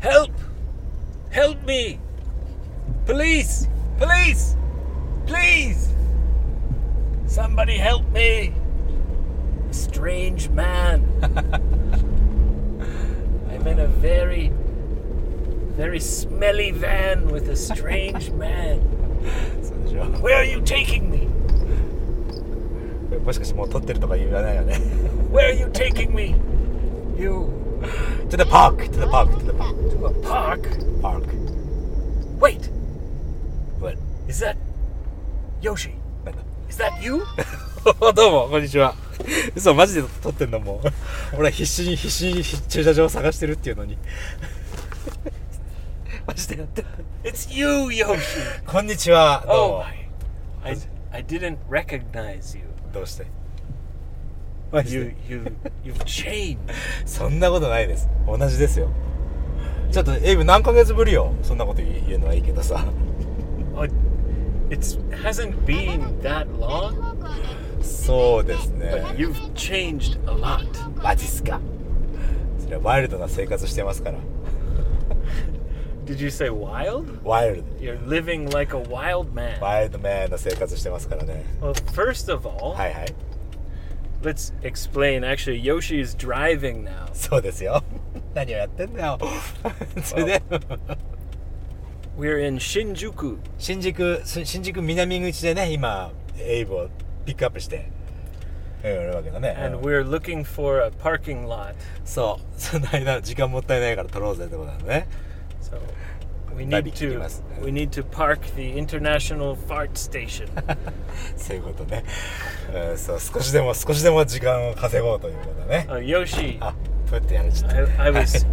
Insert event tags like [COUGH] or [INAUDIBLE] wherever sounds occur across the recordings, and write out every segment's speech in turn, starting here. Help! Help me! Police! Police! Please! Somebody help me! A strange man. [LAUGHS] I'm in a very, very smelly van with a strange man. そうでしょ Where are you taking me? もしかしてもう撮ってるとか言わないよね [LAUGHS] Where are you taking me? You To the park To the park To the park to a park? park Wait, What? is that Yoshi? なんだ Is that you? [LAUGHS] どうもこんにちは嘘マジで撮ってんのもう [LAUGHS] 俺は必死に必死に駐車場を探してるっていうのにマジでやってる It's you, [LAUGHS] Yoshi. こんにちはどう Oh も my! I, I didn't recognize you. どうしてマジで You you you've changed. そんなことないです同じですよちょっとエイブ何ヶ月ぶりよそんなこと言う言うのはいいけどさ Oh, it hasn't been that long, そうですね but you've changed a lot. マジっすかそれはワイルドな生活してますから Did you say wild? ワイルド You're living like a wild man. ワイルドメンな生活してますからね Well, first of all, はいはい let's explain. Actually, Yoshi is driving now. そうですよ [LAUGHS] 何をやってん [LAUGHS] だよそれで We're in Shinjuku. 新宿す新宿南口でね今エイブをピックアップしてうんやるわけだね and うん we're looking for a parking lot. そうその間時間もったいないから取ろうぜってことなのね So we need That'd be to nice. we need to park the international fart [LAUGHS] station. そういうことね、うん、そう少しでも少しでも時間を稼ごうということね Uh, Yoshi, あプってやれちゃった I, I は was い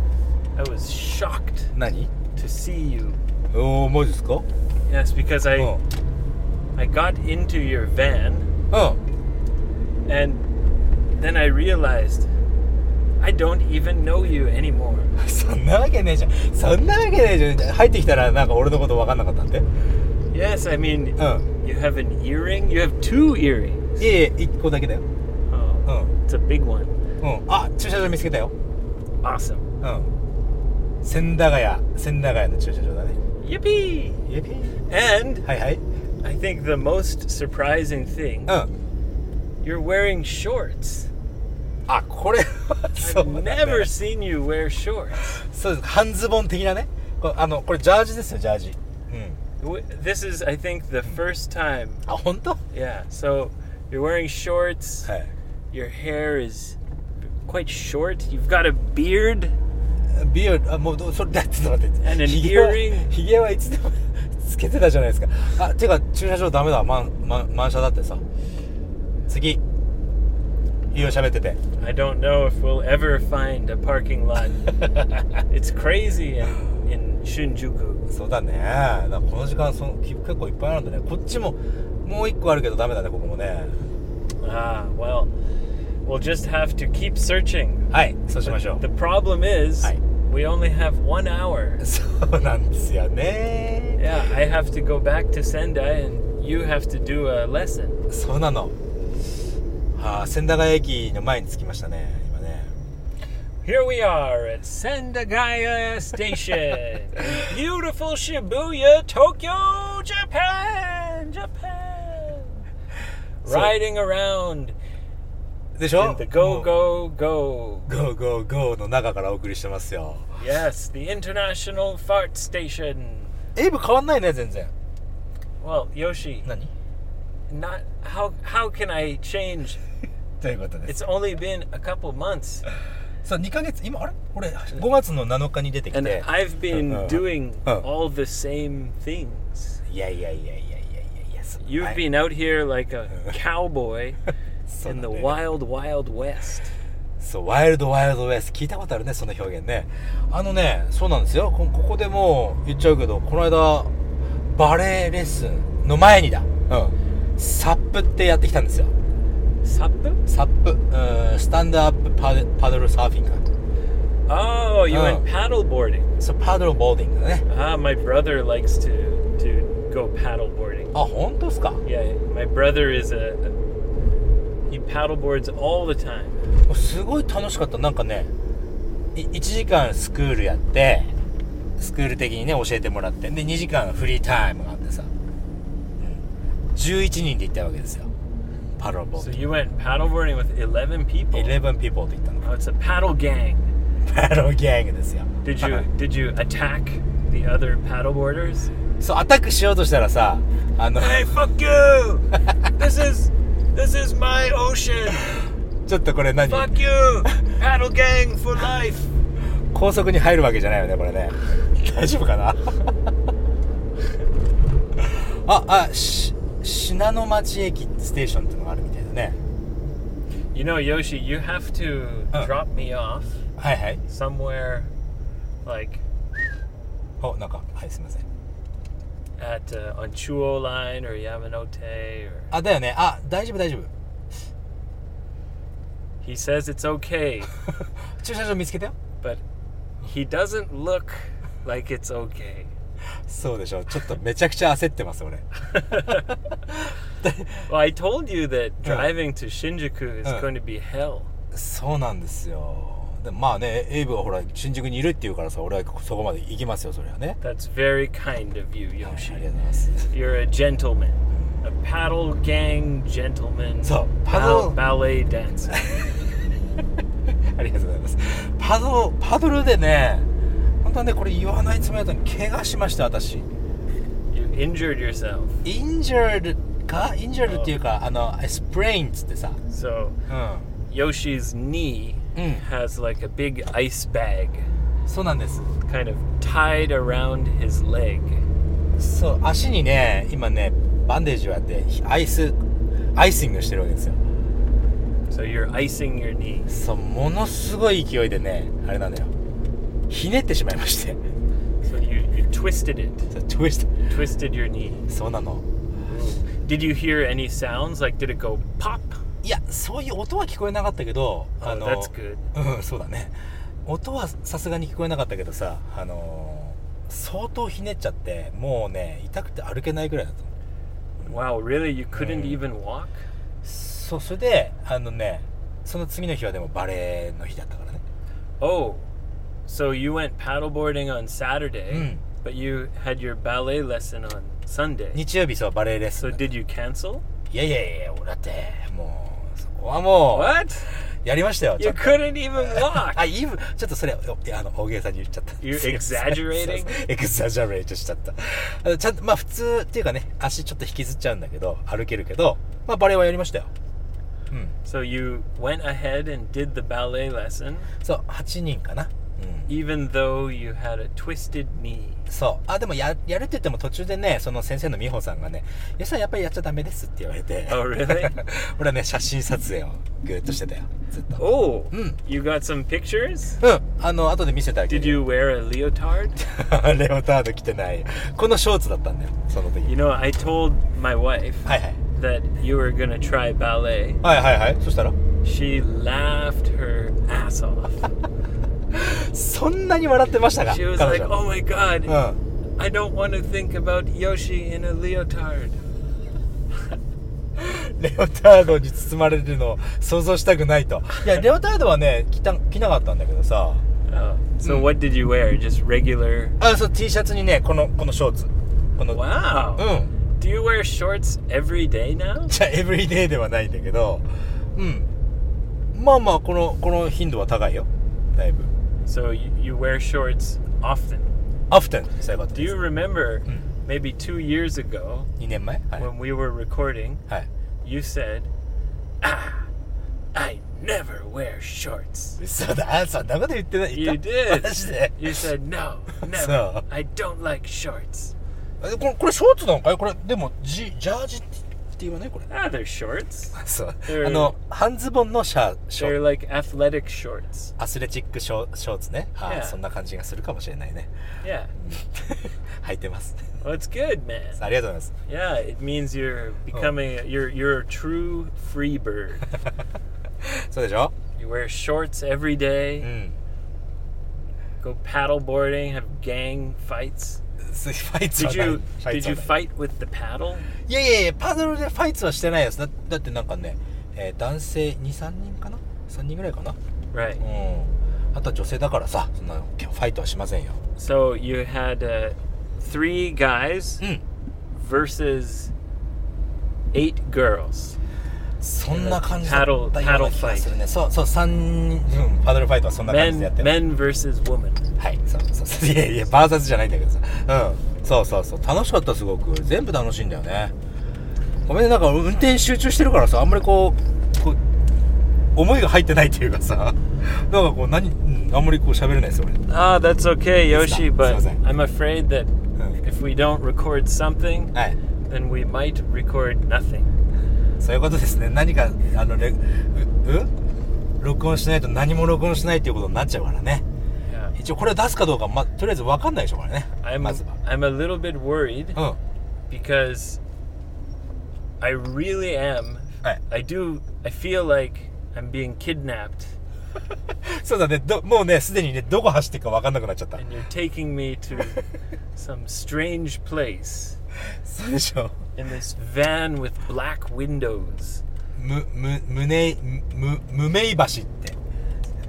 I was shocked [LAUGHS] 何 to see you. おおマジですか Yes, because うん I I got into your van うん、 and then I realized I don't even know you anymore. そんなわけねえじゃんそんなわけねえじゃん入ってきたらなんか俺のこと分かんなかったんでう Yes, I mean ん you have an earring. You have two earrings. いえいえ1個だけだよ Oh, うん it's a big one. うんあ駐車場見つけたよ Awesome. うん千駄ヶ谷千駄ヶ谷の駐車場だね Yippee! イエピー And はいはい I think the most surprising thing, うん you're wearing shorts. あこれは [LAUGHS] そ I've うなんだよ never seen you wear shorts. そうです半ズボン的なねこれあのこれジャージですよジャージうん W- This is, I think, the first time. あ本当は Yeah, so you're wearing shorts. い Your hair is quite short. You've got a beard. ビアあもうどそれだちょっと待って And an ひげは earring. ひげはいつでもつけてたじゃないですかあてか駐車場ダメだ満満満車だってさ次いいよ喋ってて I don't know if we'll ever find a parking lot. it's crazy in, in Shinjuku. そうだねだからこの時間その結構いっぱいあるんだねこっちももう一個あるけどダメだねここもね Ah, well, we'll just have to keep searching. はいそうしましょ The problem is, Hi. we only have one hour. う [LAUGHS] そうなんですよね Yeah, I have to go back to Sendai and you have to do a lesson. そうなのあー千駄ヶ谷駅の前に着きましたね今ね Here we are at Sendagaya Station. in Beautiful Shibuya, Tokyo, Japan, Japan. So- Riding around でしょ in the go go go. ゴーゴーゴーの中からお送りしてますよ Yes, the International Fart Station. エイブ変わんないね全然 Well, Yoshi, 何 not how how can I change? ということで It's す only been a couple months. そう2ヶ月今あれ俺5月の7日に出てき And て I've been Uh, doing uh. all the same things. いやいやいやいやいやいやそ You've はい been out here like [LAUGHS] a cowboy そう in だ the ね wild, wild west. そうワイルドワイルドウェス聞いたことあるねその表現ねあのねそうなんですよこここでもう言っちゃうけどこの間バレエレッスンの前にだうんサップってやってきたんですよ Sappu? サップうんスタンドアップパデパドルサーフィンか Oh, you went Uh. paddle boarding. そうパドルボーディングだね Ah, my brother likes to, to go paddle boarding. あ本当ですか Yeah, my brother is a, a- he paddle boards all the time. すごい楽しかったなんかねい1時間スクールやってスクール的にね、教えてもらって。で、2時間フリータイムがあってさ。うん11人で行ったわけですよ。パドルボー So ト。 you went paddleboarding with 11 people. 11 people って言ったの。 Oh, it's a paddle gang. パドルギャングですよ。 Did you Uh-huh. did you attack the other paddleboarders? そう、アタックしようとしたらさ、あ [LAUGHS] の、 Hey, fuck [LAUGHS] you! this is this is my ocean. ちょっとこれ何 Fuck you! Paddle gang for life. 高速に入るわけじゃないよねこれね大丈夫かな [LAUGHS] ああし信濃町駅ステーションってのがあるみたいだね You know, Yoshi, you have to Huh. drop me off はいはい somewhere, like おなんかはいすいません at uh, on Chuo Line or Yamanote. Or あだよねあ大丈夫大 [LAUGHS] 丈夫 he says it's okay, 駐車場見つけたよ but he doesn't look like it's [LAUGHS] okay. そうでしょちょっとめちゃくちゃ焦ってます俺 Well, I told you that driving to Shinjuku is Huh. going to be hell. そうなんですよでもまあねエイブはほら新宿にいるって言うからさ俺はそこまで行きますよそれはね That's very kind of you, はいあり Yoshi. がとうございます [LAUGHS] You're a gentleman, a paddle gang gentleman. So, ba- paddle- ballet dancer. [LAUGHS] ありがとうございます。パドル、パドルでね、本当はね、これ言わないつもりだったのに、怪我しました、私。 you injured yourself, injured か ?injured っていうか、あの、sprain っつってさ。 so う Yoshi's knee Mm. has like a big ice bag ん。そうなんです。 kind of tied around his leg. そう、足にね、今ね、バンデージをやって、アイス、アイシングしてるわけですよ。 So you're icing your knee. そう、ものすごい勢いでね、あれなんだよ。ひねってしまいまして。 [LAUGHS] So you, you twisted it, そう、トゥイス twisted your knee. ト。そうなの。 Did you hear any sounds? Like, did it go pop? いや、そういう音は聞こえなかったけど、あ Oh, の、 that's good. うんそうだね音はさすがに聞こえなかったけどさあのー相当ひねっちゃってもうね痛くて歩けないぐらいだったの Wow, really? You couldn't even walk? そうそれであのねその次の日はでもバレーの日だったからね Oh, so you went paddleboarding on Saturday, Mm. but you had your ballet lesson on Sunday. 日曜日そうバレーレッス So ン did you cancel? いやいやいや俺だってもうそこはもう What? やりましたよちょ You っと couldn't even walk. あ、イブ、ちょっとそれ、おいやあの、大げさに言っちゃった。 You're すいません exaggerating? そうそう exaggerate しちゃった。あのちゃんと、まあ普通っていうかね、足ちょっと引きずっちゃうんだけど、歩けるけど、まあバレーはやりましたよ。うん。 So you went ahead and did the ballet lesson, そう、8人かな。うん。 even though you had a twisted knee. そう。あ、でもや、やるって言っても途中でね、その先生の美穂さんがね、よさんやっぱりやっちゃダメですって言われて。 Oh, really? 俺はね、写真撮影をぐーっとしてたよ。ずっと。 Oh, Mm. you got some pictures? うん。あの、後で見せてあげ Did るよ。 you wear a leotard? [LAUGHS] レオタード着てない。このショーツだったんだよ、その時。 You know, I told my wife はいはい。 that you were gonna try ballet. はいはいはいそしたら She laughed her ass off. そんなに笑ってましたか She was 彼 like, 女 "Oh my god, うん I don't want to think about Yoshi in a leotard." レオタードに包まれるのを想像したくないといやレオタードはね着た着なかったんだけどさ Oh, so what did you wear? Just regular. あそう T シャツにねこのこのショーツこの Wow. う Oh. ん Do you wear shorts every day now? じゃあエブリデイではないんだけどうんまあまあこのこの頻度は高いよだいぶ So you, you wear shorts often. アフテンそういうこと Do で you す remember Mm. maybe two years ago 2年前はい、 when we were recording, はい、 you said, "Ah, I never wear shorts." 嘘だあそんなこと言ってない [LAUGHS] You 言った did. マジで You said [LAUGHS] no, never. So- I don't like shorts. えこれこれショーツなのかいこれでもジジャージって言わないこれ Ah, they're shorts. そううんあの半ズボンのシャショ They're like athletic shorts. アスレチックショショーツねあー Yeah. そんな感じがするかもしれないね [LAUGHS] Yeah. 履いてます Well, it's good, man. ありがとうござい Yeah, it means you're becoming you're you're a true free bird. ますそうでしょ You wear shorts every day. うん Go paddle boarding. Have gang fights. そうファイツは Did ない you ファイ did ツは you な fight い with the paddle? いやいやいやパドルでファイツはしてないですだだってなんかね、えー男性23人かな3人ぐらいかな Right. うんあとは女性だからさそんなファイトはしませんよ So you had uh, three guys うん versus eight girls. そんな感じだったような Paddle- paddle 気がするねそうそう3人、うん、パドルファイトはそんな感じでや Men, ってる men versus women. はい、そうそうそう。いやいや、バーサスじゃないんだけどさ。うん。そうそうそう。楽しかった、すごく。全部楽しいんだよね。ごめんね、なんか運転集中してるからさ、あんまりこう、こう、思いが入ってないっていうかさ、 [LAUGHS] なんかこう、何、うんあんまりこう喋れないですよ、俺。 Ah, that's okay, Yoshi, Stop. but Stop. I'm afraid that Mm. if we don't record something, はい。 then we might record nothing. そういうことですね。何か、あの、レ、う、う録音しないと何も録音しないっていうことになっちゃうからね。 Yeah. 一応これ出すかどうか、ま、とりあえず分かんないでしょうからね。 I'm, まずは。 I'm a little bit worried うん。は because I really am. い。 I do. I feel like I'm being kidnapped, そうだね。ど、もうね、すでにね、どこ走ってるか分かんなくなっちゃった。 and you're taking me to some strange place そうでしょ in this van with black windows. む、む、むね、む、むめい橋って。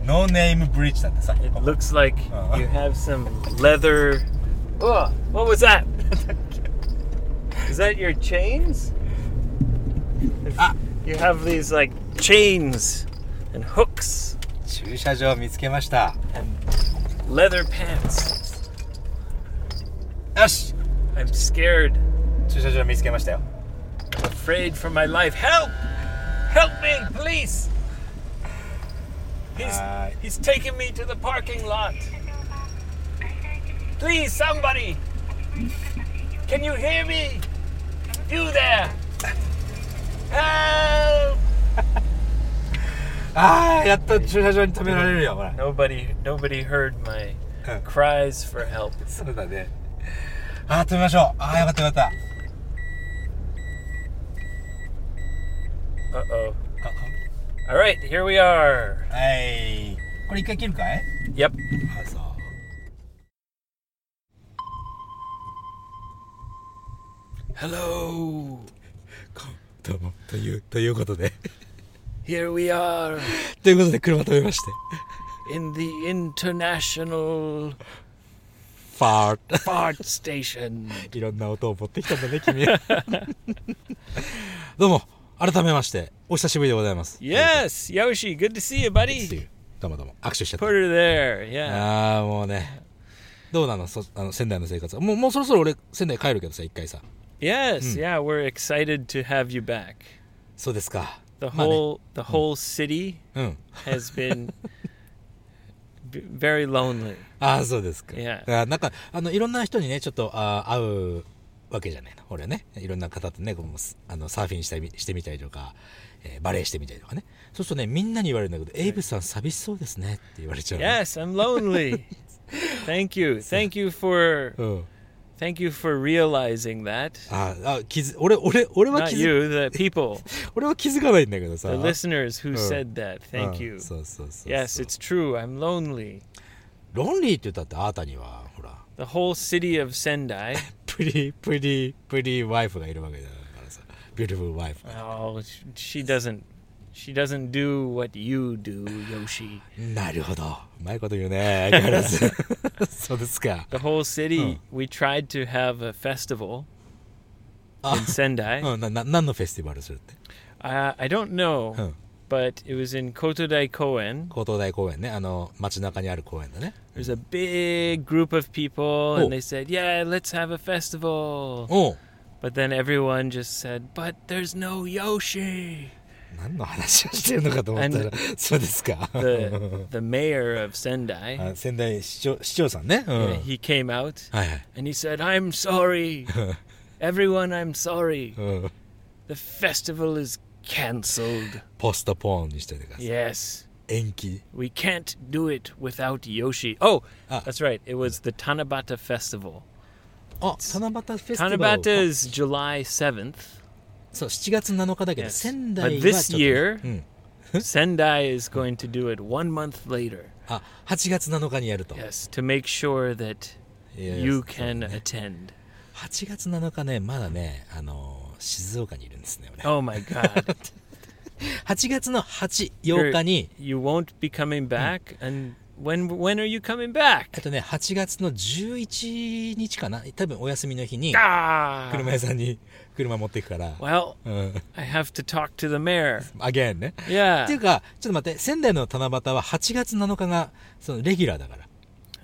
ノーネームブリッジだってさ。 It looks like Uh. you have some leather. Ugh, what was that? Is that your chains? If Ah. You have these like chains and hooks 駐車場見つけました。 and leather pants. よし I'm scared. 駐車場見つけましたよ。 I'm afraid for my life. Help! Help me, please! He's Uh, he's taking me to the parking lot. Please, somebody! Can you hear me? You there! Help! あー、やっと駐車場に止められるよ、ほら。 Nobody nobody heard my Uh. cries for help. そうだね。あー、止めましょう。あー、よかったよかっ Uh oh. た。あ Alright, here we are. はい。これ一回切るかい Yep. あ、そう。 Hello. どうも。という、ということで。 [LAUGHS] Here we are. ということで、車止めまして。 in the international ファー。 fart station. [LAUGHS] いろんな音を持ってきたんだね、君 [LAUGHS] は。どうも、改めまして、お久しぶりでございます。 [LAUGHS] Yes, Yoshi, good to see you, ってい buddy. うどうもどうも、握手しちゃった。 Porter there, yeah. ああ、もうね。どうなのそあの仙台の生活は。もう、もうそろそろ俺、仙台帰るけどさ、一回さ。 yes, yeah, we're excited to have you back. そうですか。 The まあね whole the whole city うん。 has [LAUGHS] been b- very lonely. ああ、そうですか。いやあーなんか、あの、いろんな人にね、ちょっと、あー会うわけじゃないの。俺はね、いろんな方とね、こうすあのサーフィンしたりしてみたりとか、えーバレエしてみたりとかね。そうするとね、みんなに言われるんだけど、エイブさん寂しそうですねって言われちゃうのね、 Yes, I'm [LAUGHS] lonely. Thank you. Thank you for うん。 thank you for realizing that. ああ気づ俺俺俺は Not 気づ you, the people, 俺は気づかないんだけどさ the listeners who Uh, said that. うん Thank you. そうそうそう Yes, そう it's true. I'm lonely. ロンリーって言ったってあなたにはほら The whole city of Sendai. プリプリプリワイフがいるわけだからさビューティフルワイフ Oh, sh- she doesn't. She doesn't do what you do, Yoshi. なるほどうまいこと言うね相変わ [LAUGHS] らずそうですか The whole city. We tried to have a festival in あ Sendai. うんなな何のフェスティバルするって Uh, I don't う know, ん but it was in Kotodai Koen. 高等大公園ねあの街中にある公園だね There's a big group of people, Oh. and they said, "Yeah, let's have a festival." おう But then everyone just said, "But there's no Yoshi." 何の話をしてるのかと思ったらそうですか The the mayor of Sendai. [LAUGHS] あ仙台市長市長さんね、うん uh, He came out はいはい、 and he said, "I'm sorry, everyone. I'm sorry." うん The festival is cancelled. ポストポーンにしててください Yes. 延期 We can't do it without Yoshi. Oh, Ah. that's right. It was the Tanabata Festival. あ七夕フェスティバル Tanabata is July 7th. そう7月7日だけど Yes. 仙台は But ちょっ this と year- うん、 Sendai is going to do it one month later. あ8月7日にやると、 Yes, to make sure that いやいや you can attend. 8月7日ねまだねあのー静岡にいるんですね俺 Oh my God. 8月の8 8日に you won't be coming back un- when when are you coming back? えっとね、8月の11日かな多分お休みの日に、車 Ah. 屋さんに車持っていくから。 Well, うん。 I have to talk to the mayor. あげんね。ってい Yeah. うか、ちょっと待って、仙台の七夕は8月7日が、その、レギュラーだから。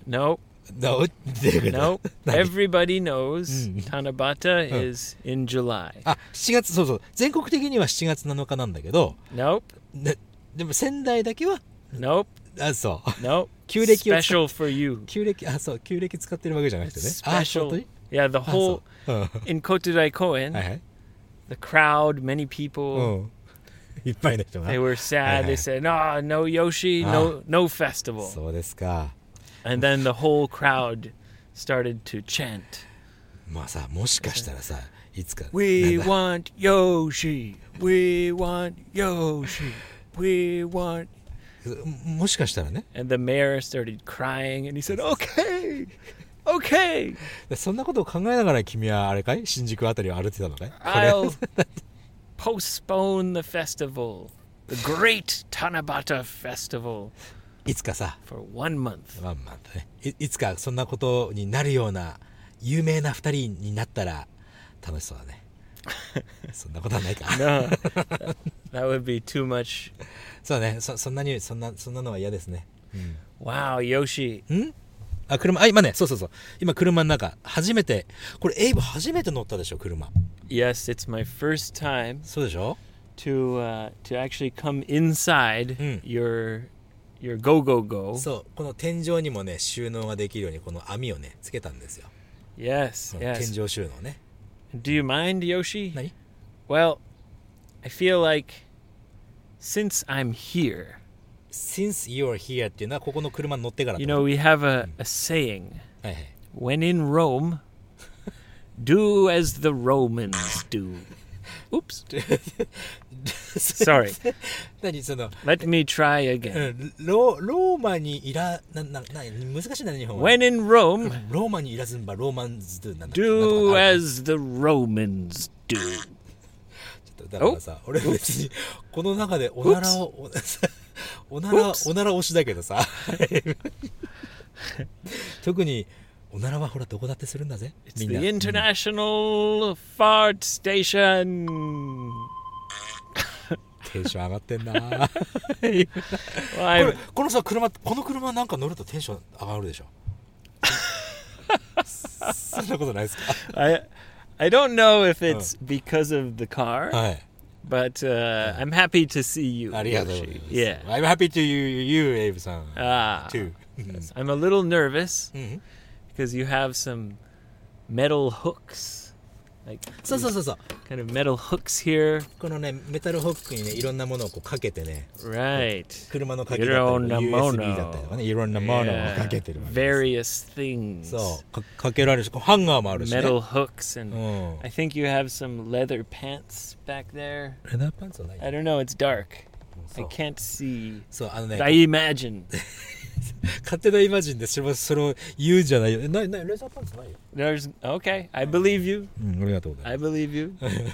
No, だおっていうこと no. [LAUGHS] 何 Everybody knows Mm. Tanabata is in July. あ、7月、そうそう。全国的には7月7日なんだけど、 Nope, ね、でも仙台だけは、 nope, あ、そう。 nope. 旧暦を使っ- Special for you. 旧暦、あ、そう、旧暦使ってるわけじゃなくてね。あ、そう Special. Yeah, the あ whole そう。うん。は in Kotodai Koen, いはい。 the crowd, many う people, ん。いっぱいの人が they。were sad. They said, "No, no Yoshi, no no festival." そうですか。 And then the whole crowd started to chant. まあさ、もしかしたらさ、いつか。 [LAUGHS] We なんだ want Yoshi. We want Yoshi. We want. もしかしたらね。 And the mayor started crying, and he said, "Okay, okay, そんなことを考えながら君はあれかい新宿あたりを歩いてたのかいこれ [LAUGHS] I'll postpone the festival, the Great Tanabata Festival, いつかさ、 for one month." まあまあねい、いつかそんなことになるような有名な二人になったら楽しそうだ [LAUGHS] ね。そんなことはないか。 [LAUGHS] No, that- that would be too much. そうだねそ、そんなに、そんな、そんなのは嫌ですね。 Wow, Yoshi. あ、車、あ、今ね、そうそうそう。今車の中、初めて、これエイブ初めて乗ったでしょ、車。 Yes, it's my first time そうでしょ to uh, to actually come inside Mm. your your go go go. そう、この天井にもね、収納ができるように、この網をね、つけたんですよ。 Yes, その yes. 天井収納ね。 Do you mind, Yoshi? 何 Well, I feel like since I'm here, Since you're here っていうのは、ここの車に乗ってからって you こと know, we have a, a saying はいはい。 when in Rome, do as the Romans do. Oops. そ Sorry. [LAUGHS] 何その、 Let me try う again. ん、ロローマにいらななな難しいな日本語 When in [LAUGHS] Rome, ローマにいらずんばローマンズドゥなんだなんと do かある as the Romans do. ちょっとだからさ俺別にこの中でおならをおおなら Oops おなら推しだけどさ特におならはほらどこだってするんだぜ It's みんな the International Fart Station. テンション上がってんなこ Well, I'm- れこのさ車この車なんか乗るとテンション上がるでしょそんなことないですか I I don't know if it's because of the car, はい。 but uh, I'm happy to see you. ありがとうござい Yoshi. ます。 Yeah. I'm happy to you, you, Abe さん。 Ah. too. I'm a little nervous うん because you have some metal hooks. Like そうそうそうそう。 kind of metal hooks here. このね、メタルホックにね、いろんなものをこうかけてね、 Right. 車の鍵だったり、いろんなもの USB だったりとかね、いろんなものを Yeah. かけてるわけです。 Various things. そう、かかけられるし、こうハンガーもあるしね。 Metal hooks and うん。 I think you have some leather pants back there. レダーパンツはない I don't know, it's dark. そ I う can't see. そう、あの I ね、 imagine. 勝手なイマジンでそれをそれを言うんじゃないよ。えない、ない、レザーパンツないよ。 There's okay. I believe you. うん、ありがとうござい I believe you. well,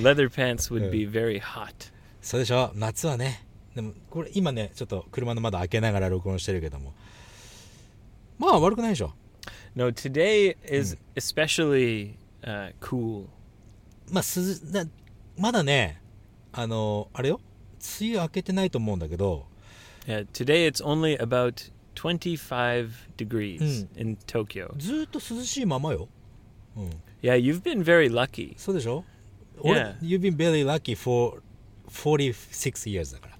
leather pants would be very hot. ます。そうでしょ、夏はね、でもこれ今ね、ちょっと車の窓開けながら録音してるけども、まあ悪くないでしょ。 No, today is especially uh, cool. まあ、涼なまだね、あの、あれよ、梅雨明けてないと思うんだけど、 Yeah, Uh, today it's only about 25 degrees Mm. in Tokyo. ずーっと涼しいままよ。うん、 Yeah, you've been very lucky. そうでしょ俺、 Yeah. You've been very lucky for 46 years だから。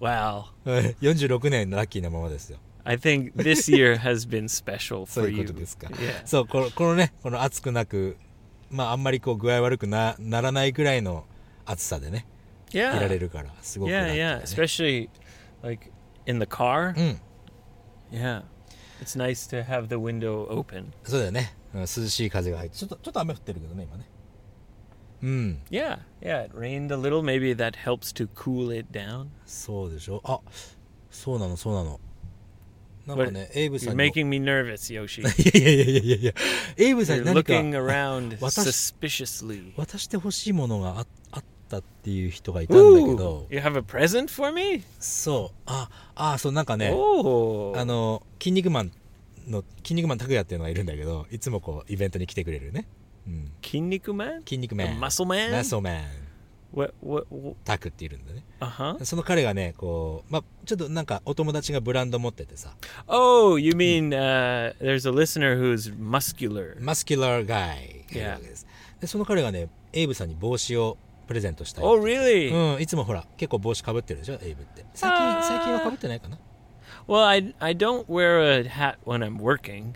Wow. [LAUGHS] うん46年ラッキーなままですよ。 I think this year has been special そう for いう you. ことですか。 Yeah. そうこの、このね、この暑くなく、まああんまりこう具合悪くなならないぐらいの暑さでね、いられ Yeah. るから、すごくラッ Yeah, キー yeah. だね Especially like in the car. うん、 Yeah. It's nice to have the window open. そうだよね、うん。涼しい風が入って、ちょっと、ちょっと雨降ってるけどね、今ね。うん。 Yeah, yeah, it rained a little. Maybe that helps to cool it down. そうでしょあそうなのそうなのなんかねエイブさ You're んにも making me nervous, Yoshi. [LAUGHS] いやいやいやいやいやエイブさん You're に何 looking か around Watashi- suspiciously. 渡してほしいものがああっったっていう人がいたんだけど You have a present for me? そうああそうなんか [LAUGHS] ね Oh. あの「筋肉マン」の「筋肉マン拓也」っていうのがいるんだけどいつもこうイベントに来てくれるねうん Kinniku Man? 筋肉マン Muscle Man? マッソマン What, what, what? タクっているんだね Uh-huh. その彼がねこうまあちょっとなんかお友達がブランド持っててさ Oh, you mean uh, there's a listener who's muscular. マスキュラーガイがいるわけですでその彼がねエイブさんに帽子をプレゼントしたい Oh, really? うん、いつもほら結構帽子かぶってるでしょエイブって最あー近最近はかぶってないかな Well, I, I don't wear a hat when I'm working.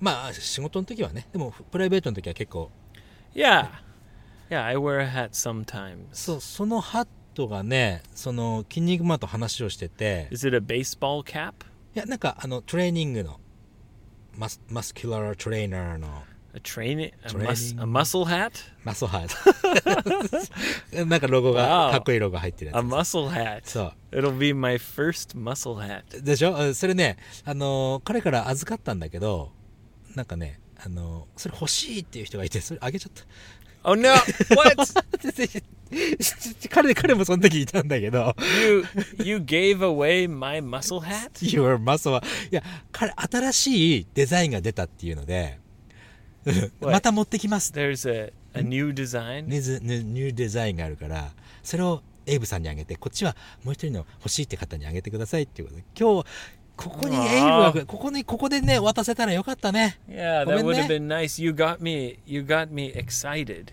まあ仕事の時はねでもプライベートの時は結構 Yeah. Yeah, I wear a hat sometimes. そうそのハットがねその筋肉マンと話をしてて Is it a baseball cap? いやなんかあのトレーニングのマスマスキュラートレーナーの A train a, mus- Training. a muscle hat? マスハッ [LAUGHS] トなんかロゴが Wow. かっこいいロゴ入ってる A や muscle hat. つそ It'll be my first muscle hat. うでしょうんそれねあの彼から預かったんだけどなんかねあのそれ欲しいっていう人がいてそれあげちゃった [LAUGHS] Oh no! What? 彼彼もその時いたんだけど you you gave away my muscle hat? Your muscle はいや彼新しいデザインが出たっていうのでうんおいまた持ってきますって There's a, a new design. ニズニニューデザインがあるからそれをエイブさんにあげてこっちはもう一人の欲しいって方にあげてくださいっていうことで今日ここにうわーエイブがここにここでね渡せたらよかったね Yeah, that Comment would have there? been nice. You got me. You got me [LAUGHS] excited.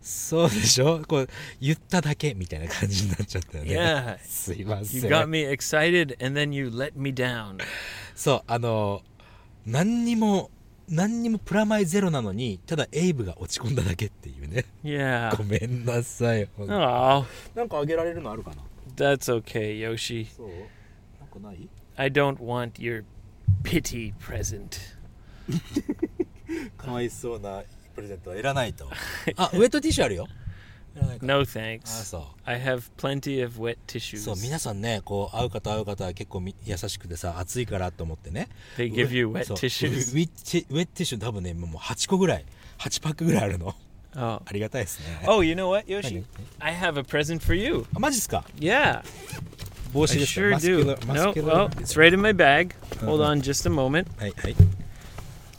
そうでしょこう言っただけみたいな感じになっちゃったよね Yeah. すいませ You got ん me excited, and then you let me down. そうあの何にも何にもプラマイゼロなのにただエイブが落ち込んだだけっていうね Yeah. [LAUGHS] ごめんなさいほんと Oh, なんかあげられるのあるかな that's okay, Yoshi. そうなんかない I don't want your pity present. かわいそうなプレゼントはいらないと [LAUGHS] あウェットティッシュあるよいらないか No あ thanks. そ I have plenty of wet う tissues. そう皆さんねこう会う方会う方は結構み優しくてさ暑いからと思ってね They give you wet そう tissues. [LAUGHS] ウィウィッチウェットティッシュ多分ねもう8個ぐらい8パックぐらいあるの Oh. ありがたいですね Oh, you know what, Yoshi? Okay. I have a present for you. あマジっすか Yeah, 帽 I 子ですか sure マスキュ do. ラマス No, キュ well, ラ it's right in my bag. Hold Uh-huh. on just a moment. はいはい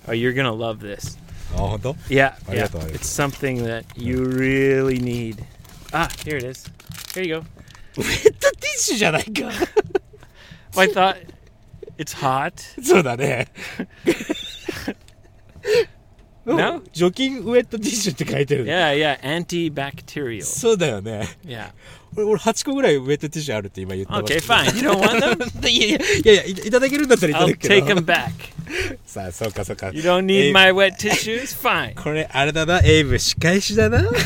Oh, you're gonna love this. あ本 [LAUGHS] 当 Yeah, I yeah. got that. It's something that you really need. Ah, here it is. Here you go. ウェットティッシュじゃないか Oh, I thought it's hot. そうだね [LAUGHS] No? 除菌ウェットティッシュって書いてる Yeah, yeah. Antibacterial. そうだよね Yeah. 俺俺8個ぐらいウェットティッシュあるって今言ったばっか Okay, fine. You don't want them? [LAUGHS] いやいやいやいやいいただけるんだったらいた I'll だくけ take ど them back. さあそうかそうか You don't need え my wet tissues? Fine. これあれだなエイブ仕返しだな [LAUGHS]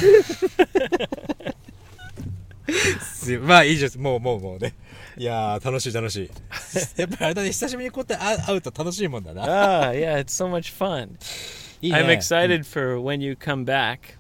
すまあいいですもうもうもうねいやー楽しい楽しいやっぱりあれだね久しぶりにこうやって会会うと楽しいもんだな Ah, yeah. It's so much fun. いいね I'm excited for when you come back.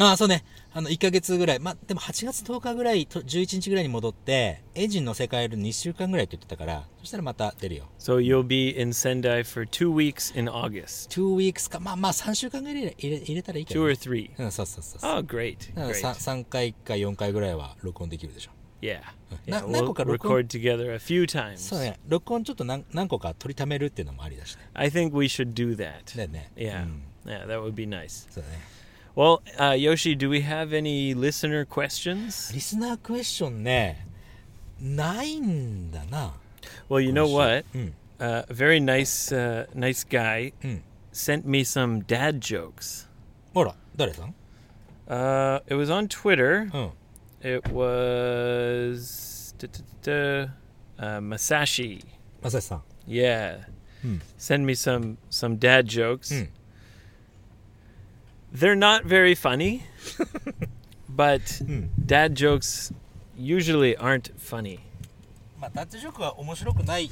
ああ、そうね。あの、1ヶ月ぐらい。まあ、でも8月10日ぐらいと、11日ぐらいに戻って、エンジン乗せ替える2週間ぐらいって言ってたから、そしたらまた出るよ。 So you'll be in Sendai for two weeks in August. 2 weeks か、まあまあ3週間ぐらい入れ入れ入れたらいいけど Two ね、 or three. うん、そうそうそうそう。 Oh, great. だか Great. らさ3回か4回ぐらいは録音できるでしょ。 Yeah. Na- yeah we'll nanko ka rokon- record together a few times. そうね。録音ちょっと何何個か取りためるっていうのもありだしね。 I think we should do that. だよね。 Yeah. うん Yeah, that would be nice. そうだね。 Well, uh, Yoshi, do we have any listener questions? リスナークエスチョンね、ないんだな。 Well, you know what? うん。 Uh, a very nice, uh, nice guy うん。 sent me some dad jokes. ほら、誰さん Uh, it was on Twitter. うん。 It was duh, duh, duh, duh, uh, Masashi. まさしさん。 Yeah. Hmm. Send me some some dad jokes. Hmm. They're not very [LAUGHS] funny, but Hmm. dad jokes usually aren't funny. まあ、ダッチジョークは面白くない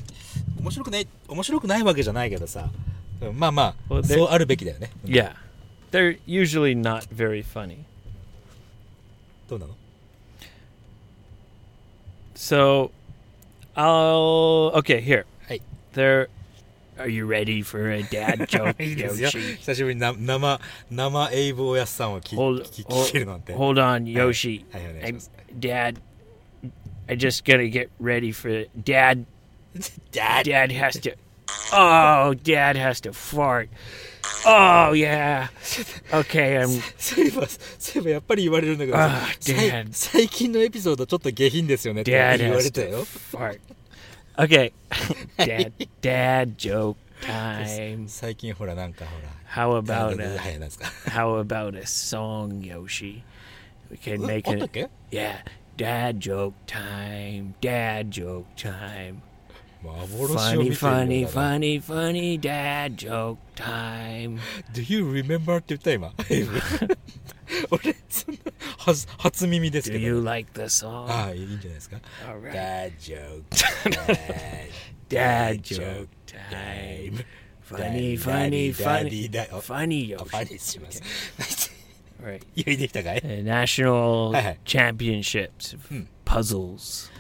面白くない面白くないわけじゃないけどさうんまあまおあでそうあるべきだよね、うん Yeah. They're usually not very funny. どうなの So I'll okay, here. Hey. There Are you ready for a [LAUGHS] dad joke, いいですよ Yoshi? 久しぶりにな生生エイブ・おやすさんを聞 Hold, 聞聞 hold, けるなんて hold on, Yoshi. Hey, hey, hey, I'm- hey. dad, I just gotta get ready for dad. ダッ Dad has to. Oh, dad has to fart. Oh yeah. Okay, um, I'm. そういえばそういえばやっぱり言われるんだけどあさーさい Dad 最近のエピソードちょっと下品ですよねって Dad 言われ has た to よ fart. Okay, dad, dad joke time. 最近ほらなんかほら How あの about は a いなんですか How about a song, Yoshi? We can うんあっ make たっ it. け Yeah, dad joke time. Dad joke time. 幻を Funny, funny, 見てるようだな funny, funny dad joke time. Do you remember って言った今 [LAUGHS] 俺そんな初初耳です Do けど you like the song? ああいいんじゃないですか All right. ダッジ [LAUGHS] ョーク Dad joke time. Funny, funny, funny. ダディダディ Funny Yoshi. あファニーします [LAUGHS] All right. 言いできたかい The national [LAUGHS] Hey, hey. championships of Hmm. puzzles.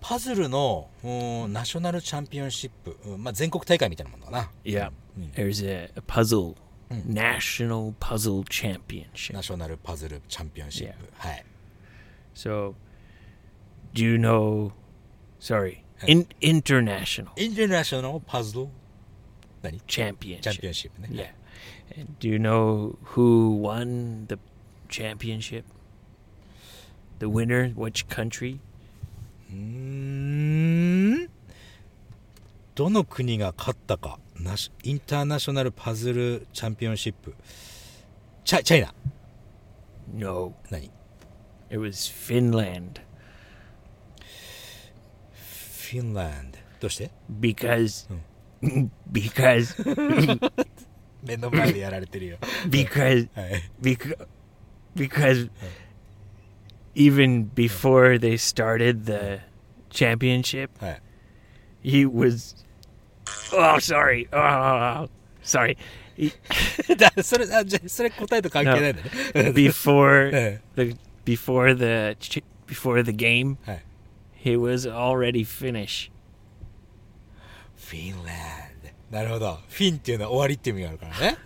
パズルのうーんナショナルチャンピオンシップ、うんまあ、全国大会みたいなもんだな Yeah. Hmm. There's a, a puzzle. Hmm. National puzzle championship. ナショナルパズルチャンピオンシップ、はい So, do you know? Sorry, Hey. in, international インターナショナルパズルチ championship. ャンピオンシップね Yeah. And do you know who won the championship? The winner? Which country? うーんどの国が勝ったかナシインターナショナルパズルチャンピオンシップチャチャイナ No, 何 it was Finland フィンランドどうして because [LAUGHS] because 目の前でやられてるよ because はい、 [LAUGHS] because because even before they started the championship, はい、 he was. Oh, sorry. Oh, sorry. He- だそれあじゃあそれ答えと関係ないんだね、 [LAUGHS] before え the before the ch- before the game, えはい he was already finished. フィンランドなるほどフィンっていうのは終わりっていう意味があるからね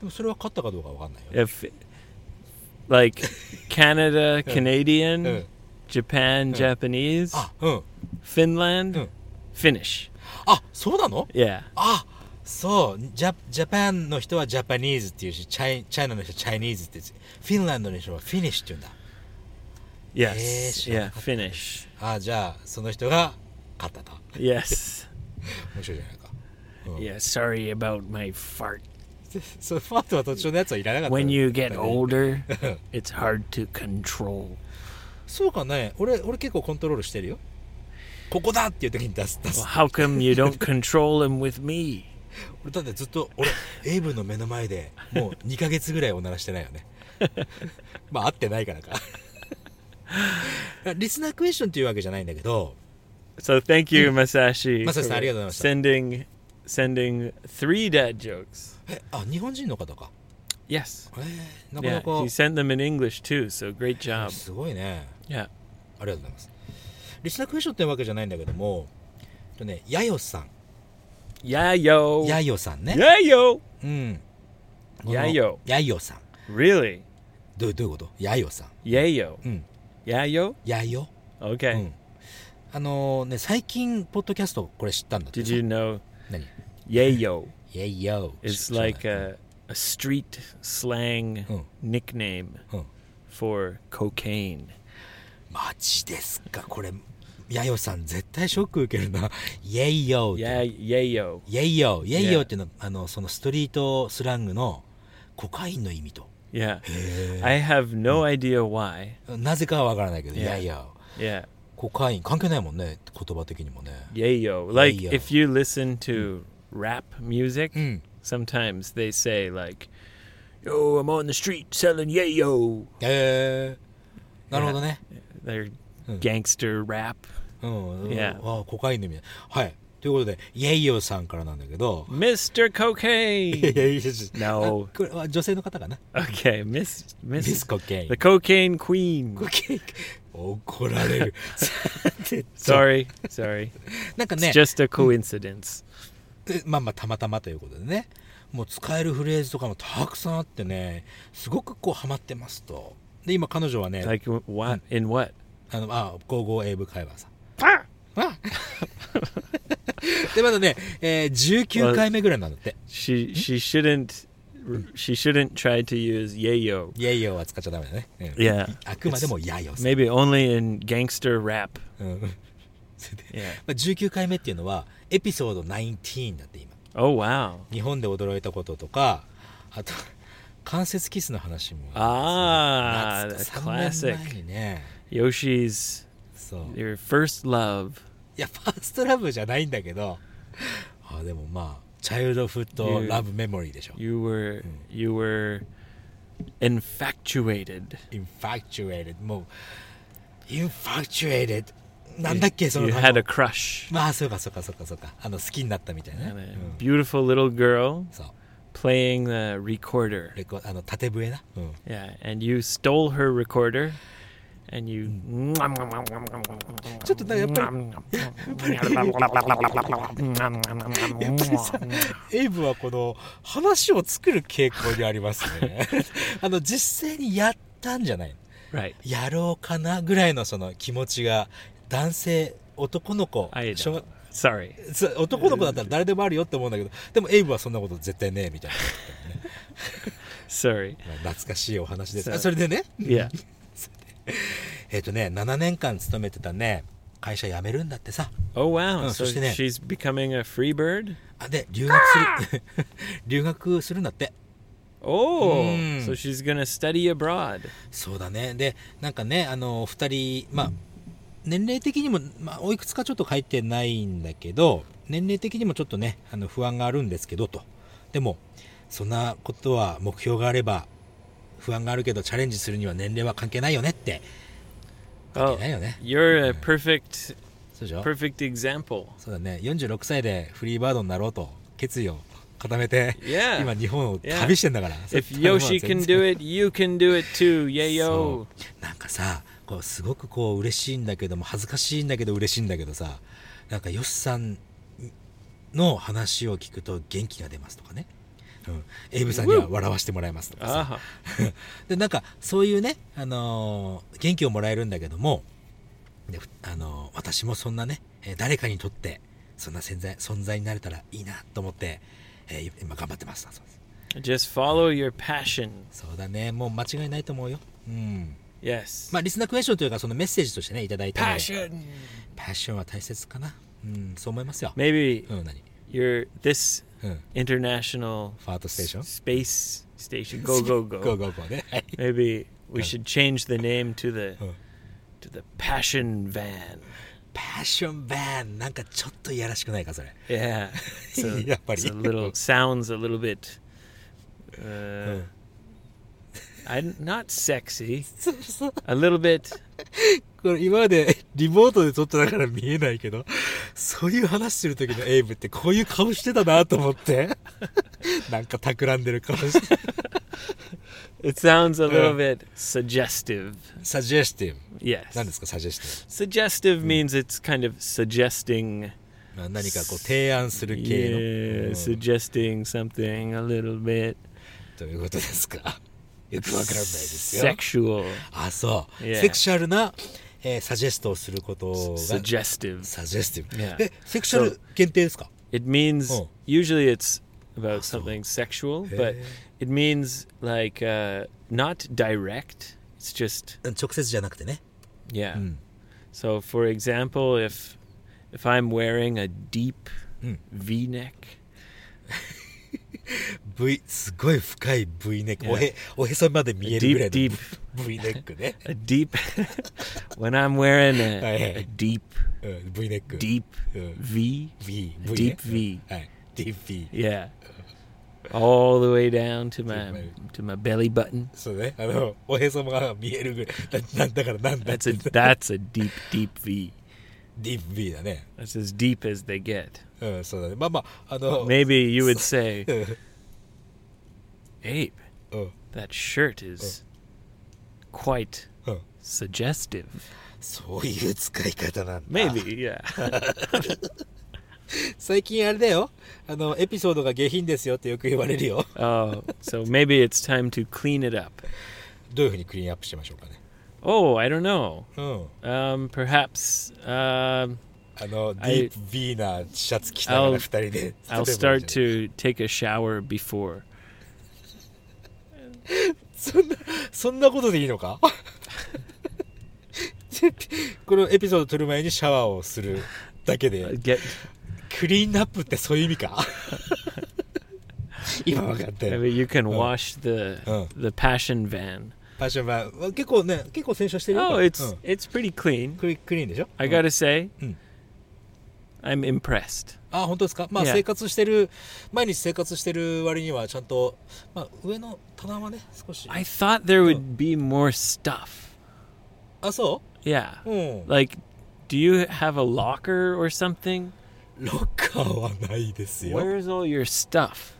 でもそれは勝ったかどうかわかんないよ、 If like [LAUGHS] Canada, Canadian, うん Japan, Japanese, あうん Finland, Mm. Finnish. あそうなの Yeah. あそうジャジャパンの人はジャパニーズっていうしチャイチャイナの人はチャイニーズって言うしフィンランドの人はフィニッシュって言うんだ Yes. Yeah. Eh, Finnish. あじゃあその人が勝ったと [LAUGHS] Yes. 面白いじゃないか Yeah. [LAUGHS] Sorry about my fart. そのファートは途中のやつはいらなかった When you get [LAUGHS] ね older, it's hard to control. [LAUGHS] そうかね俺俺結構コントロールしてるよここだっていう時に出す出 Well, す how come you [LAUGHS] don't control him with me? 俺だってずっと [LAUGHS] 俺エイブの目の前でもう2ヶ月ぐらいおならしてないよね [LAUGHS] まあ会ってないから [LAUGHS] かリスナークエスチョンっていうわけじゃないんだけど So thank you, Masashi, Masashi-san, for ありがとうございました。Mm. sending sending three dad jokes. えあ日本人の方か Yes. えー、なか Yeah. な He か sent them in English too, so great job. すごいね Yeah. ありがとうございますリスナークエスチョンってわけじゃないんだけどもえっとねやよさん Yeah yo. やよさんね Yeah yo. うんこのやよやよさん Really? Hmm. どうどういうことやよさん Yeah yo. うん Yeah yo. やよ Okay. うんあのね最近ポッドキャストこれ知ったんだって Did you know 何 [LAUGHS] yayo やよ is 知らない like a, a street slang Oh. nickname Oh. for cocaine? マジですかこれやよさん絶対ショック受けるなやよ Yeah, yayo. イェイヨーイェイヨー Yeah. っていうのはあのそのストリートスラングのコカインの意味と Yeah. Hmm. I have no idea why. なぜかはわからないけど、 Yeah. イェイヨー Yeah. コカイン関係ないもんね言葉的にもね Yayo. Hmm. Like Yayo. if you listen to rap music, Mm. sometimes they say like, "Yo, I'm on the street selling yayo." えー、なるほどね、 They're Mm. gangster rap. うん、 Yeah. あコカインの意味はいということでイェイヨーさんからなんだけど Mr. いや [LAUGHS] Cocaine. いやいやいや No. あこれは女性の方かな okay, Miss ミ Miss スコケイン the Cocaine Queen. コケイン [LAUGHS] 怒られる [LAUGHS] Sorry, sorry. なんかね [LAUGHS] It's just a coincidence. でまあまあたまたまということでねもう使えるフレーズとかもたくさんあってねすごくこうハマってますとで今彼女はね、 Like what? In what? あのあゴーゴー英語会話さ Mm. Ah! あ [LAUGHS] でまだね、えー19回目ぐらいなんだって She she shouldn't she shouldn't try to use yayo. イエイヨーは使っちゃダメだね、うん Yeah. あくまでもやよ It's maybe only in gangster rap. うん [LAUGHS] それで Yeah. まあ、19回目っていうのはエピソード19だって今 Oh wow. 日本で驚いたこととかあと関節キスの話もあー懐か Ah, classic 3年前にね Yoshi's そう your first love. いやファーストラブじゃないんだけどあでもまあチャイルドフットラブメモリーでしょ You were you were infatuated. infatuated もう infatuated なんだっけその you 単 had 語 a crush まあそうかそうかそうかそうかあの好きになったみたいな and ね、 a うん beautiful little girl そう playing the recorder. レコあの縦笛な、うん Yeah, and you stole her recorder and you Mm. ちょっとなんかやっぱりやっぱりさエイブはこの話を作る傾向にあります [LAUGHS] ねあの実際にやったんじゃない [LAUGHS] Right. やろうかなぐらいのその気持ちが男性男の子 I 小 know. Sorry. そう男の子だったら誰でもあるよって思うんだけどでもエイブはそんなこと絶対ねえみたい Sorry. な、 [LAUGHS] まあ懐かしいお話ですそうあそれでね [LAUGHS] Yeah. えっ、とね7年間勤めてたね会社辞めるんだってさ Oh wow. Oh, So そしてね。 she's becoming a free bird? あで留学する [LAUGHS] 留学するんだって Oh. Mm. So she's going to study abroad. そうだねでなんかねあの二人まあ年齢的にも、まあ、おいくつかちょっと書いてないんだけど年齢的にもちょっとねあの不安があるんですけどとでもそんなことは目標があれば不安があるけどチャレンジするには年齢は関係ないよねって関係 Oh. ないよね You're a perfect そうでしょ perfect example. そうだね46歳でフリーバードになろうと決意を固めて Yeah. 今日本を旅してんだから、 If Yoshi can do it, you can do it [LAUGHS] too. Yayo. なんかさこうすごくこう嬉しいんだけども恥ずかしいんだけど嬉しいんだけどさなんかよしさんの話を聞くと元気が出ますとかね、うん、エイブさんには笑わせてもらいますとかさ Ah. でなんかそういうね、あのー元気をもらえるんだけどもで、ふあのー私もそんなねえー誰かにとってそんな存在存在になれたらいいなと思って、えー今頑張ってますだそうです Just follow your passion. そうだねもう間違いないと思うようん。 Yes. まあ、リスナークエスチョンというかそのメッセージとしてねいただいたので passion. パッションは大切かなうんそう思いますよ Maybe うん何 you're this うん international ファートステーション space station. Go go ゴー go. ゴーゴーねはい Maybe we should change the name to the Oh. to the passion van. パッションバーンなんかちょっといやらしくないかそれ Yeah. [LAUGHS] So [LAUGHS] Yeah, buddy. it's a little sounds a little bit uh, I not sexy. そうそう A little bit これ今まで [LAUGHS] リモートで撮ってたから見えないけどそういう話する時のエイブってこういう顔してたなと思って [LAUGHS] なんか企んでる顔して it sounds a little Uh. bit suggestive. サジェスティブ何で Yes. すかサジェステ Suggestive means it's kind of suggesting ィブまあ何かこう提案する系の、 yeah, うん suggesting something a little bit ということですかよくわからないですよ sexual あそう、 Yeah. セクシャルな、えーサジェストをすることが suggestive サジェスティブ、 Yeah. えセクシャル限定ですか It means Oh. usually it's about something sexual, but Yeah. it means like uh, not direct. It's just うん直接じゃなくてね yeah. Mm. So for example, if if I'm wearing a deep Mm. V-neck, V すごい深い V ネック、 Yeah. おへおへそまで見え a るぐら deep いの deep [LAUGHS] V ネックね、 a deep [LAUGHS] when I'm wearing Hey, a, hey. a deep うん、V ネック deep Mm. V, V, v ね deep V, はい Deep V yeah, all the way down to my my- to my belly button. そうねあのおへそが見えるぐらいななんだからなんだ That's a that's a deep deep V. Deep V だね That's as deep as they get. うんそうだねまあまああの Maybe you would say, うん Abe, うん、 that shirt is quite Oh. suggestive. そういう使い方なんだ Maybe, yeah. 最近あれだよあのエピソードが下品ですよってよく言われるよ Oh, so maybe it's time to clean it up. どういうふうにクリーンアップしましょうかね Oh, I don't know. う Um, ん、perhaps um あのデ I- ィープ V なシャツ着ながら I'll- 2人 I'll で例えばいい start じゃ to ん take a shower before. そんなそんなことでいいの [LAUGHS] かこのエピソード撮る前にシャワーをするだけで Uh, Get クリーンアップってそういう意味か [LAUGHS] 今分かったよ maybe you can Oh. wash the Oh. the passion van. パッションバー結構ね結構洗車してるよ Oh, it's うん it's pretty clean. クリクリーンでしょ I gotta say, Mm. I'm impressed. あ本当ですかまあ Yeah. 生活してる毎日生活してる割にはちゃんと、まあ、上の棚はね少し I thought there would be more stuff. あそ Yeah. ううんロ Like, do you have a locker or something? ッカーはないですよ Where's all your stuff?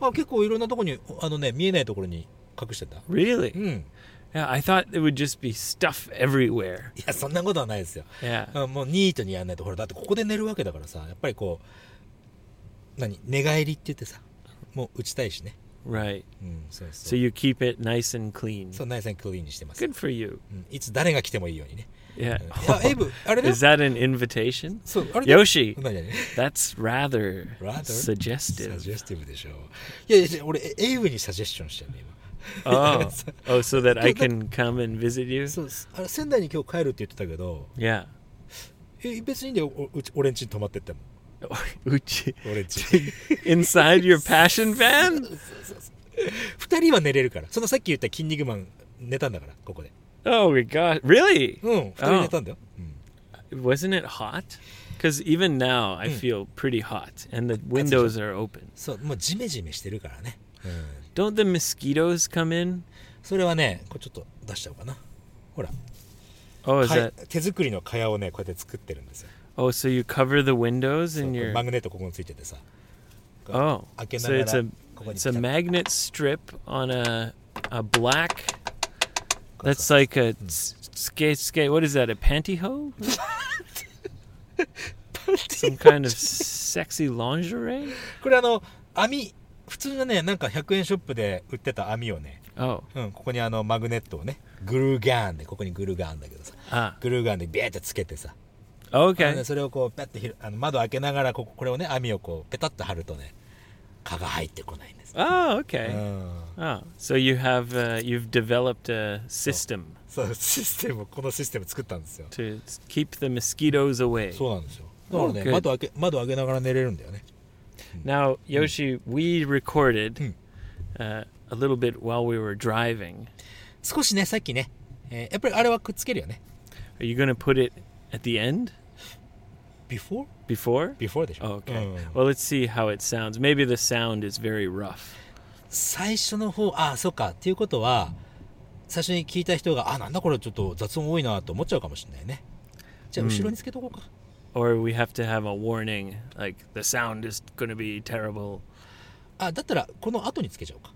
あ結構いろんなとこにあのね見えないところに隠してた Really? うん Yeah, I thought it would just be stuff everywhere. いやそんなことはないですよ Yeah. あもうニートにやんないとほらだってここで寝るわけだからさやっぱりこう何寝返りって言ってさもう打ちたいしね Right. うんそう So そう you keep it nice and clean. そうナイスクリーンにしてます、 Good for you. うんいつ誰が来てもいいようにね [LAUGHS] Yeah. いやエイブあれだよ Is that an invitation? そうあれだよ Yoshi, [LAUGHS] 何何 that's rather, Rather suggestive. サジェスティブでしょいやいやいや俺エイブにサジェスションしてるね [LAUGHS] Oh. oh, so that I can come and visit you? 今そうですあれ仙台に今日帰るって言ってたけど Yeah. え別にいいんだよおうち俺ん家に泊まってっても [LAUGHS] Uchi. 俺ん家 Inside your passion van? 二人は寝れるからそのさっき言った「筋肉マン」寝たんだからここで Oh my god. Really? うん二人寝たんだよ、うん、 Wasn't it hot? Because even now I feel pretty hot and the windows are open. そうもうジメジメしてるからね、うん、 Don't the mosquitoes come in? それはねこれちょっと出しちゃおうかなほら Oh, is か that い手作りの蚊帳をねこうやって作ってるんですよ Oh, so you cover the windows そう and your マグネットここについててさ Oh. 開けな So が it's ら a ここに it's ピタ a ッ magnet strip on a a black こう that's さ like a s- skate skate what is that a pantyhose? Some kind of sexy lingerie? これあの網普通のねなんか100円ショップで売ってた網をね、 Oh. うん、ここにあのマグネットをねグルーガーンでここにグルーガーンだけどさ Ah. グルーガーンでビャーってつけてさ、あの Okay. ねそれをこうペッてひろあの窓開けながらこここれをね網をこうペタッと貼るとね蚊が入ってこないんです、 Oh, う okay. ん、 Oh, so you have uh, you've developed a system そうシステムこのシステム作ったんですよ to s- keep the mosquitoes away. そうなんですよだからね Okay. 窓開け窓開けながら寝れるんだよね Now, Yoshi, we recorded Mm. uh, a little bit while we were driving. 少しねさっきね、えーやっぱりあれはくっつけるよね Are you going to put it at the end before? before? before でしょ Oh, okay. うん Well, let's see how it sounds. Maybe the sound is very rough. 最初の方ああそうかっていうことは最初に聞いた人があなんだこれちょっと雑音多いなと思っちゃうかもしれないねじゃあ後ろにつけとこうか、 Or we have to have a warning like the sound is going to be terrible. あだったらこの後につけちゃおうか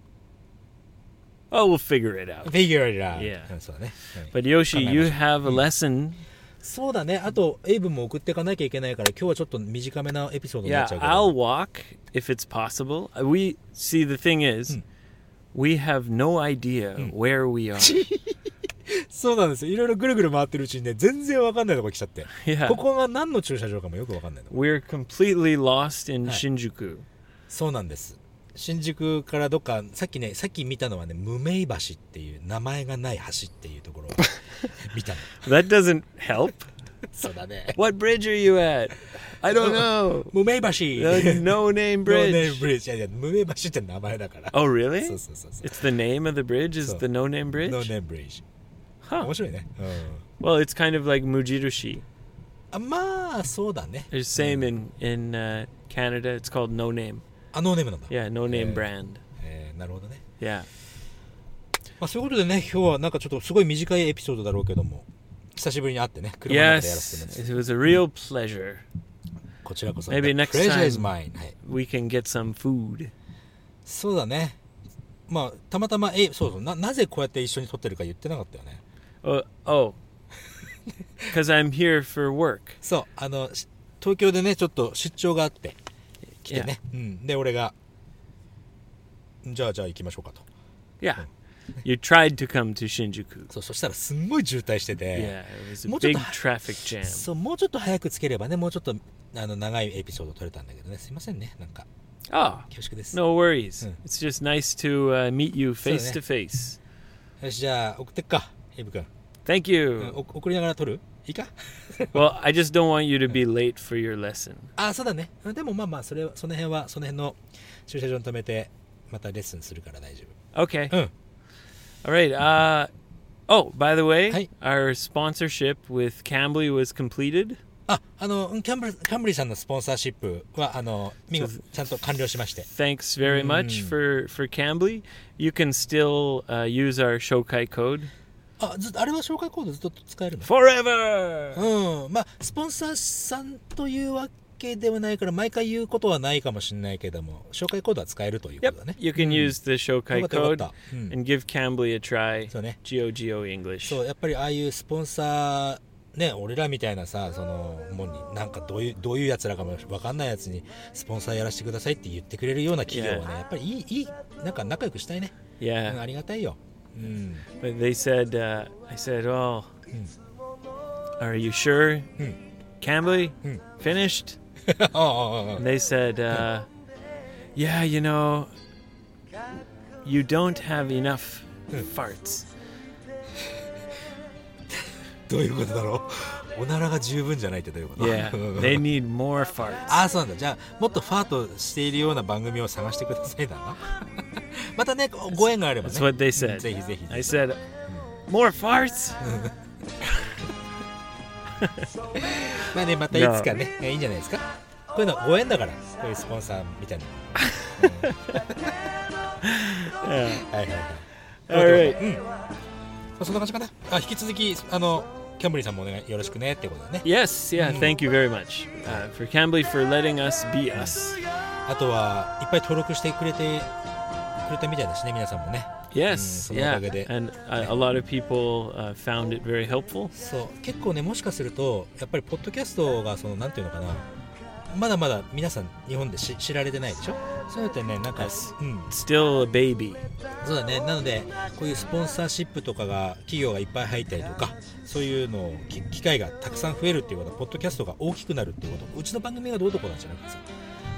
Oh, we'll figure it out. フィギュラ Yeah. うん、そうだね、は But い Yoshi, Come on, you Yoshi. have a lesson. そうだねあとエイブも送っていかなきゃいけないから今日はちょっと短めなエピソードにな Yeah, っちゃうけど I'll walk if it's possible. Uh, We see the thing is, we have no idea where we [LAUGHS] are. そうなんですよいろいろぐるぐる回ってるうちにね全然わかんないとこ来ちゃってこ yeah, こが何の駐車場かもよくわかんないの we're completely lost in Hi. Shinjuku. そうなんです新宿からどっかさっきねさっき見たのはね無名橋っていう名前がない橋っていうところを [LAUGHS] 見たの That doesn't help. そうだね [LAUGHS] What bridge are you at? I [LAUGHS] don't know. 無名橋 The [LAUGHS] no name bridge. ノーネームブリッジいやいや無名橋って名前だから Oh, really? そうそうそうそう It's the name of the bridge. Is So- the no name bridge? ノーネームブリッジ Huh. 面白いね、うん、 Well, it's kind of like Mujirushi. あまあそうだね It's same in in uh, Canada. It's called no name. あノーネームなんだ Yeah, no name Yeah. brand. えーなるほどね Yeah. まあ、そういうことでね、今日はなんかちょっとすごい短いエピソードだろうけども、久しぶりに会ってね、車の中でやらせてもらっ Yes, て、 it was a real pleasure. こちらこそ、 Maybe The next Pleasure time. is mine、はい。 We can get some food. そうだね。まあ、たまたま、え、そうそうな、なぜこうやって一緒に撮ってるか言ってなかったよね。 Oh, oh. Because I'm here for work. そう、あの、し東京でねちょっと出張があって来てね、うん、で俺がじゃあじゃあ行きましょうかと Yeah. You tried to come to Shinjuku. そうそしたらすんごい渋滞してて、 Yeah, it was a もうちょっと big traffic jam. そうもうちょっと早くつければねもうちょっとあの長いエピソード取れたんだけどねすいませんねなんか Ah, 恐縮です、 no worries. Mm. It's just nice to uh, meet you face yeah. to face. よしじゃあ送ってっかエイブ君、 Thank うん [LAUGHS] you. お送りながら撮るいいか Well, I just don't want you to be late for your lesson. あそうだねうんでもまあまあそれはその辺はその辺の駐車場に止めてまたレッスンするから大丈 Okay. 夫うん All right. Uh, oh, by the way, Hey. our sponsorship with Cambly was completed. ああのうんキャンブリキャンブリーさんのスポンサーシップはあの見事ちゃんと完了しまして、 Thanks very much Mm. for for Cambly. You can still uh, use our Shokai code あずあれは紹介コードずっと使えるの forever. うんまあスポンサーさんというわけではないから毎回言うことはないかもしれないけども紹介コードは使えるというこ Yep. とだね You can use the よ Shokai かったよ code かった、うん、 and give Cambly a try. そうね G O G O English. そうやっぱりああいうスポンサーね俺らみたいなさそのもんになんかどういうどういうやつらかも分かんないやつにスポンサーやらせてくださいって言ってくれるような企業はね Yeah. やっぱりいいいいなんか仲良くしたいね、う Yeah. ん、ありがたいよ、うん、 But they said, uh, I said, oh, are you sure? Hmm. Cambly? Hmm. Finished? [LAUGHS] ああ And they said, Hmm. uh, yeah, you know, you don't have enough Hmm. [LAUGHS] farts. どういうことだろうおならが十分じゃないってどういうこと Yeah, they need more farts. [LAUGHS] ああそうなんだじゃあもっとファートしているような番組を探してくださいだな [LAUGHS] またねご縁があればね That's what they said. ぜひぜひ I said, more farts? まあね、またいつかね、えいいんじゃないですか。こういうのご縁だから、こういうスポンサーみたいな。 [LAUGHS] Yeah. はいはいはい。 [LAUGHS] All right. うん。まあそんな感じかな。あ、引き続き、あの、キャンブリーさんもお願いよろしくねってことだね。 Yes, yeah, Hmm. thank you very much uh, for Cambly for letting us be us. あとは、いっぱい登録してくれて、くれたみたいだしね、皆さんもね。 Yes, yeah, Mm, someone- and uh, a lot of people uh, found it very helpful. そう、結構ね、もしかすると、やっぱりポッドキャストが、その、なんていうのかな。まだまだ皆さん日本でし知られてないでしょそうやってねなんか、 Yes. うん、 Still a baby. そうだねなのでこういうスポンサーシップとかが企業がいっぱい入ったりとかそういうのをき機会がたくさん増えるっていうことはポッドキャストが大きくなるっていうことうちの番組がどうとこうなんじゃなくてさ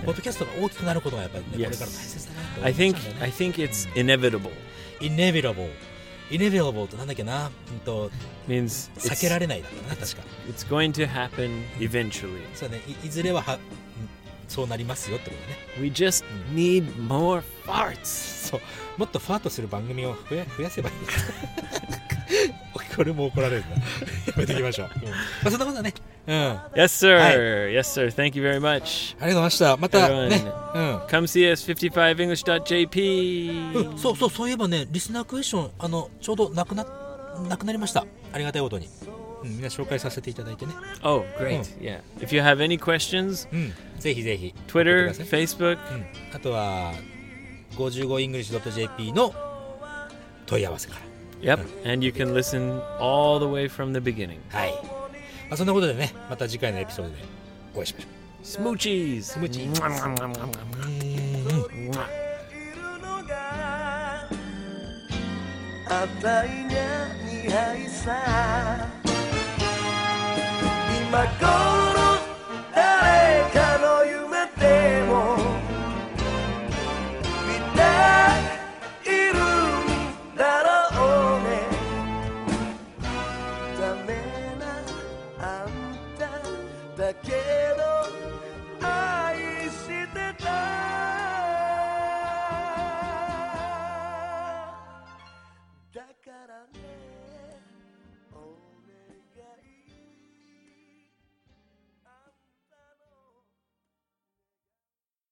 ポッドキャストが大きくなることがやっぱり、ね Yes. これから大切だなと思 I いま think したんだ I ね think it's inevitable. Inevitable Inevitable となんだっけな、うん、と Means 避 it's, けられないだったかな確か it's going to happen eventually. そうだねいいずれははうんそうなりますよってことね We just need more farts. そうもっとファートする番組を増や増やせ [LAUGHS] ばいいこれも怒られるなやめていきましょう、うんまあ、そんなことはねうんあ Yes, sir. Yes, sir. Thank you very much. りがとうございましたまたね Come see us うん、うん、 55english.jp. そうそうそういえばねリスナークエスチョンあのちょうどなくななくなりましたありがたいことに、うん、みんな紹介させていただいてね Oh, great. Yeah. If you have any questions, うんぜひぜひ Twitter, 送ってください Facebook, うん、あとは 55english.jp の問い合わせから yep, and you can listen all the way from the beginning. はい、まあ、そんなことでねまた次回のエピソードでお会いしましょう Smoochies. 気持ちいい Mwah. 値な似合いさ今頃の